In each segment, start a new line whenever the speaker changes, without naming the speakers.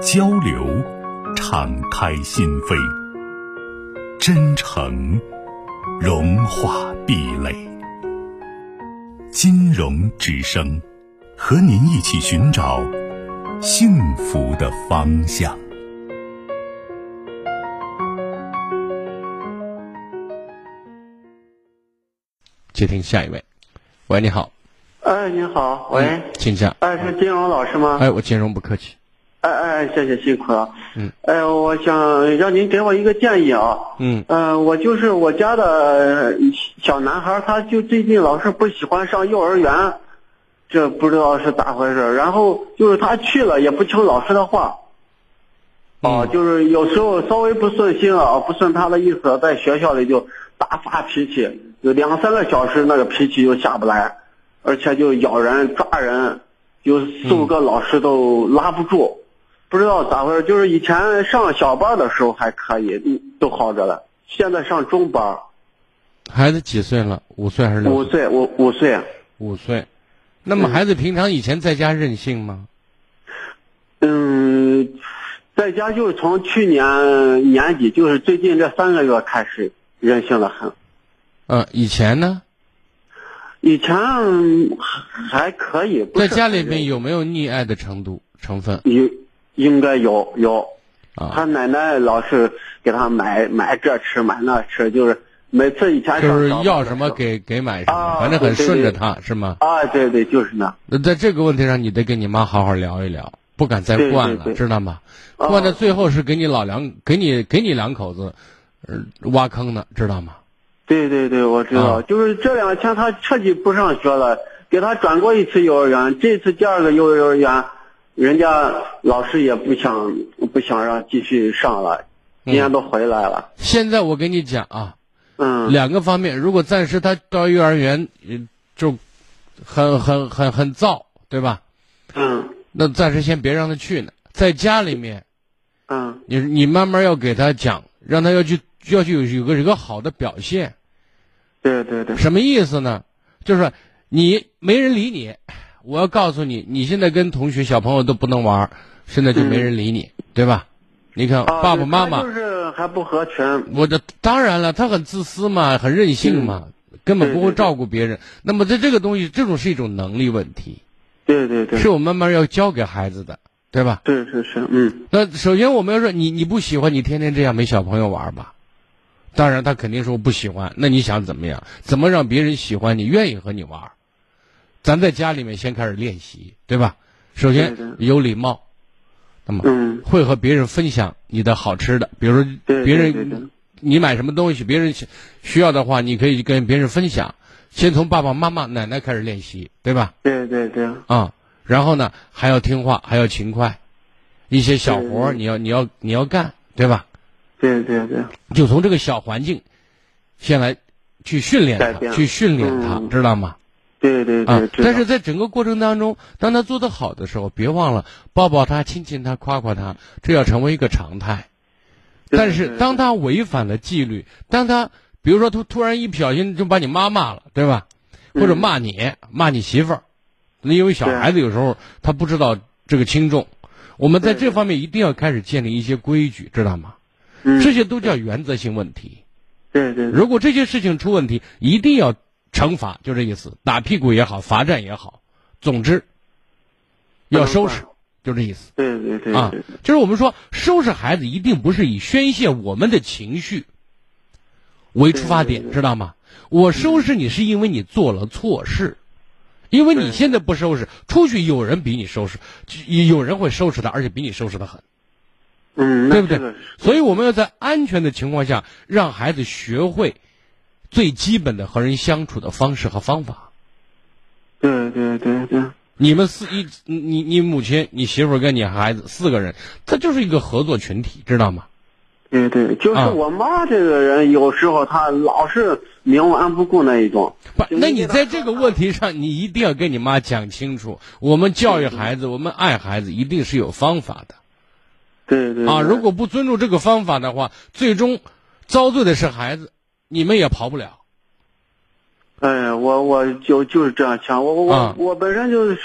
交流，敞开心扉；真诚，融化壁垒。金融之声，和您一起寻找幸福的方向。
接听下一位。喂，你好。
哎，您好，喂，
嗯请讲。
哎，是金荣老师吗？
哎，我金融不客气。
哎哎，谢谢，辛苦了。
嗯。
哎，我想让您给我一个建议啊。
嗯
呃，我就是我家的呃小男孩，他就最近老是不喜欢上幼儿园，这不知道是咋回事。然后就是他去了也不听老师的话，啊、
嗯
就是有时候稍微不顺心啊，不顺他的意思，在学校里就大发脾气，有两三个小时那个脾气就下不来，而且就咬人、抓人，有四五个老师都拉不住，不知道咋回事。就是以前上小班的时候还可以，嗯都好着了，现在上中班，
孩子几岁了？五岁还是
五
六岁？
岁，我五嗯岁，
五岁。那么孩子平常以前在家任性吗？
嗯，在家就是从去年年底，就是最近这三个月开始任性的很。
呃，以前呢，
以前嗯还可以，不
在
是
家里
很
面有没有溺爱的程度成分
有应该有有，他
啊？
奶奶老是给他买买这吃买那吃，就是每次以前
就是
上小
要
班的
什么
时候
给给买什么，
啊
反正很
对对
顺着
对
他，是吗？
啊，对对，就是那
那在这个问题上，你得跟你妈好好聊一聊，不敢再
对对
惯了，
对
知道吗？
啊
惯到最后是给你老两给你给你两口子，呃，挖坑呢，知道吗？
对对对，我知道，
啊
就是这两天他彻底不上学了，给他转过一次幼儿园，这次第二个幼儿园，人家老师也不想不想让继续上了，
嗯
今年都回来了，
现在我跟你讲啊，
嗯，
两个方面，如果暂时他到幼儿园，呃就很很很很燥，对吧？
嗯
那暂时先别让他去呢，在家里面，
嗯
你你慢慢要给他讲，让他要去要去有有个有个好的表现，
对对对，
什么意思呢？就是说你没人理你，我要告诉你，你现在跟同学小朋友都不能玩儿，现在就没人理你，对吧？你看、
嗯啊，
爸
对
爸妈
他
妈，
就是还不合群，
我这当然了，他很自私嘛，很任性
嗯
嘛，根本不会照顾别人。那么在这个东西，这种是一种能力问题，
对对对，
是我们慢慢要教给孩子的，对吧？
对是是，嗯，
那首先我们要说，你你不喜欢，你天天这样没小朋友玩吧？当然，他肯定说不喜欢。那你想怎么样？怎么让别人喜欢你，愿意和你玩？咱在家里面先开始练习，对吧？首先
对
有礼貌，那么
嗯
会和别人分享你的好吃的，比如说
对对
别
对对
人你买什么东西，别人需需要的话，你可以跟别人分享。先从爸爸妈妈、奶奶开始练习，对吧？
对对对，
啊、然后呢，还要听话，还要勤快，一些小活儿
对
你要你要你要干，对吧？
对对对，
就从这个小环境，先来去训练
改
他，
变
去训练他，
嗯
知道吗？
对对
啊
对，，
但是
知道
在整个过程当中，当他做得好的时候，别忘了抱抱他、亲亲他、夸夸他，这要成为一个常态。
对
但
对
是
对
当他违反了纪律，当他比如说突突然一不小心就把你妈骂了，对吧？或者
嗯
骂你、骂你媳妇儿，因为小
对
孩子有时候他不知道这个轻重，我们在
对
这方面一定要开始建立一些规矩，知道吗？
嗯
这些都叫原则性问题。
对对对
如果这些事情出问题，一定要惩罚，就这意思，打屁股也好，罚站也好，总之
不能
要收拾
惯，
就这意思
对对对
啊
对，。
就是我们说，收拾孩子一定不是以宣泄我们的情绪为出发点，知道吗？我收拾你是因为你做了错事，因为你
对
现在不收拾，出去有人比你收拾，有人会收拾的，而且比你收拾的狠。
嗯，
对
那
不
这
对
个是？
所以我们要在安全的情况下，让孩子学会最基本的和人相处的方式和方法。
对对对对，
你们四一，你你你母亲、你媳妇儿跟你孩子四个人，他就是一个合作群体，知道吗？
对对，就是
啊
我妈这个人，有时候她老是冥顽不顾那一种。
不，
就
那
没
你
给她
在这个问题上，你一定要跟你妈讲清楚。我们教
嗯
育孩子，我们爱孩子，一定是有方法的。
对对
啊，
对
如果不尊重这个方法的话，最终遭罪的是孩子，你们也逃不了。
哎，我我就就是这样想，我我我、
啊
我本身就是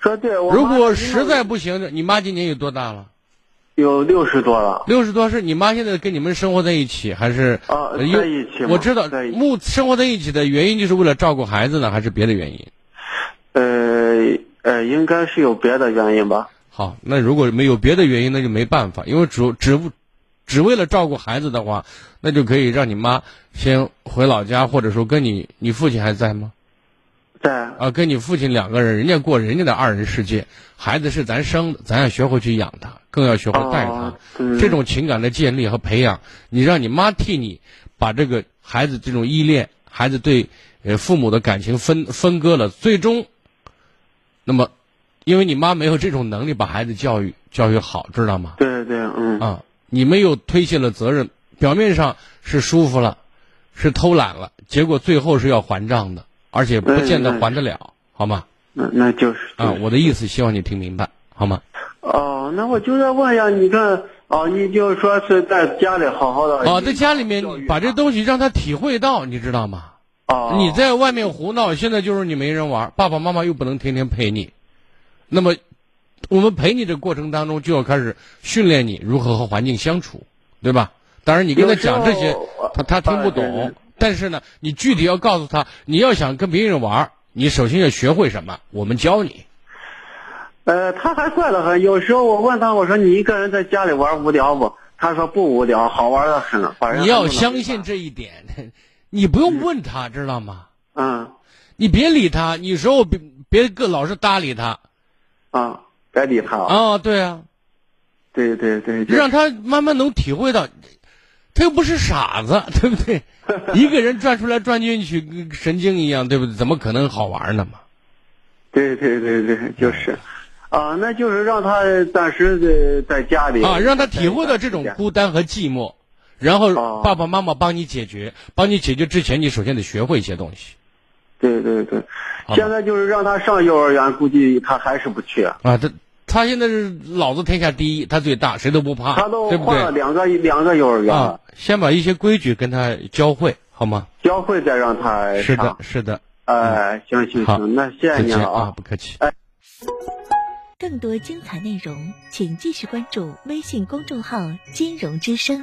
说对，我妈
如果
现在
实在不行，你妈今年有多大了？
有六十多了，
六十多是你妈现在跟你们生活在一起，还是
啊
呃又
在一起嘛
我知道，
在一起
目生活在一起的原因就是为了照顾孩子呢，还是别的原因？
呃呃，应该是有别的原因吧。
好，那如果没有别的原因，那就没办法，因为只只只为了照顾孩子的话，那就可以让你妈先回老家，或者说跟你你父亲还在吗？
在
啊，跟你父亲两个人，人家过人家的二人世界，孩子是咱生的，咱要学会去养他，更要学会带他。
哦对
这种情感的建立和培养，你让你妈替你把这个孩子这种依恋，孩子对呃父母的感情分分割了，最终，那么，因为你妈没有这种能力把孩子教育教育好，知道吗？
对对嗯
啊，你们又推卸了责任，表面上是舒服了，是偷懒了，结果最后是要还账的，而且不见得还得了，好吗？
那那就是
啊，我的意思希望你听明白，好吗？
哦，那我就再问一下，你看哦，你就说是在家里好好的
啊，在家里面
教育
你把这
他
东西让他体会到，你知道吗？
哦，
你在外面胡闹，现在就是你没人玩，爸爸妈妈又不能天天陪你，那么我们陪你这过程当中就要开始训练你如何和环境相处，对吧？当然你跟他讲这
有
些
时候，
他他听不
哎对
懂
对，
但是呢，你具体要告诉他，你要想跟别人玩，你首先要学会什么，我们教你。
呃，他还怪得很。有时候我问他，我说你一个人在家里玩无聊不？他说不无聊，好玩的很。反正
你要
他们都
相信这一点， 你不用问他，知道吗？
嗯
你别理他，你有时候别别个老是搭理他
啊，别理他。
啊、对啊，
对对对，对
让他慢慢能体会到，他又不是傻子，对不对？一个人转出来转进去，跟神经一样，对不对？怎么可能好玩呢嘛？
对对对对，就是，啊，那就是让他暂时的在家里
嗯啊，让他体会到这种孤单和寂寞，然后
哦
爸爸妈妈帮你解决，帮你解决之前，你首先得学会一些东西
对对对
好，
现在就是让他上幼儿园，估计他还是不去。
啊。他他现在是老子天下第一，他最大，谁都不怕，
他都
啊对不
换了
对？
两个两个幼儿园
啊
了，，
先把一些规矩跟他教会好吗？
教会再让他
是的
上，。
是的，
哎，行行
好
行，那谢谢
再
你
见
了
啊，
啊。
不客气。
更多精彩内容，请继续关注微信公众号“金融之声”。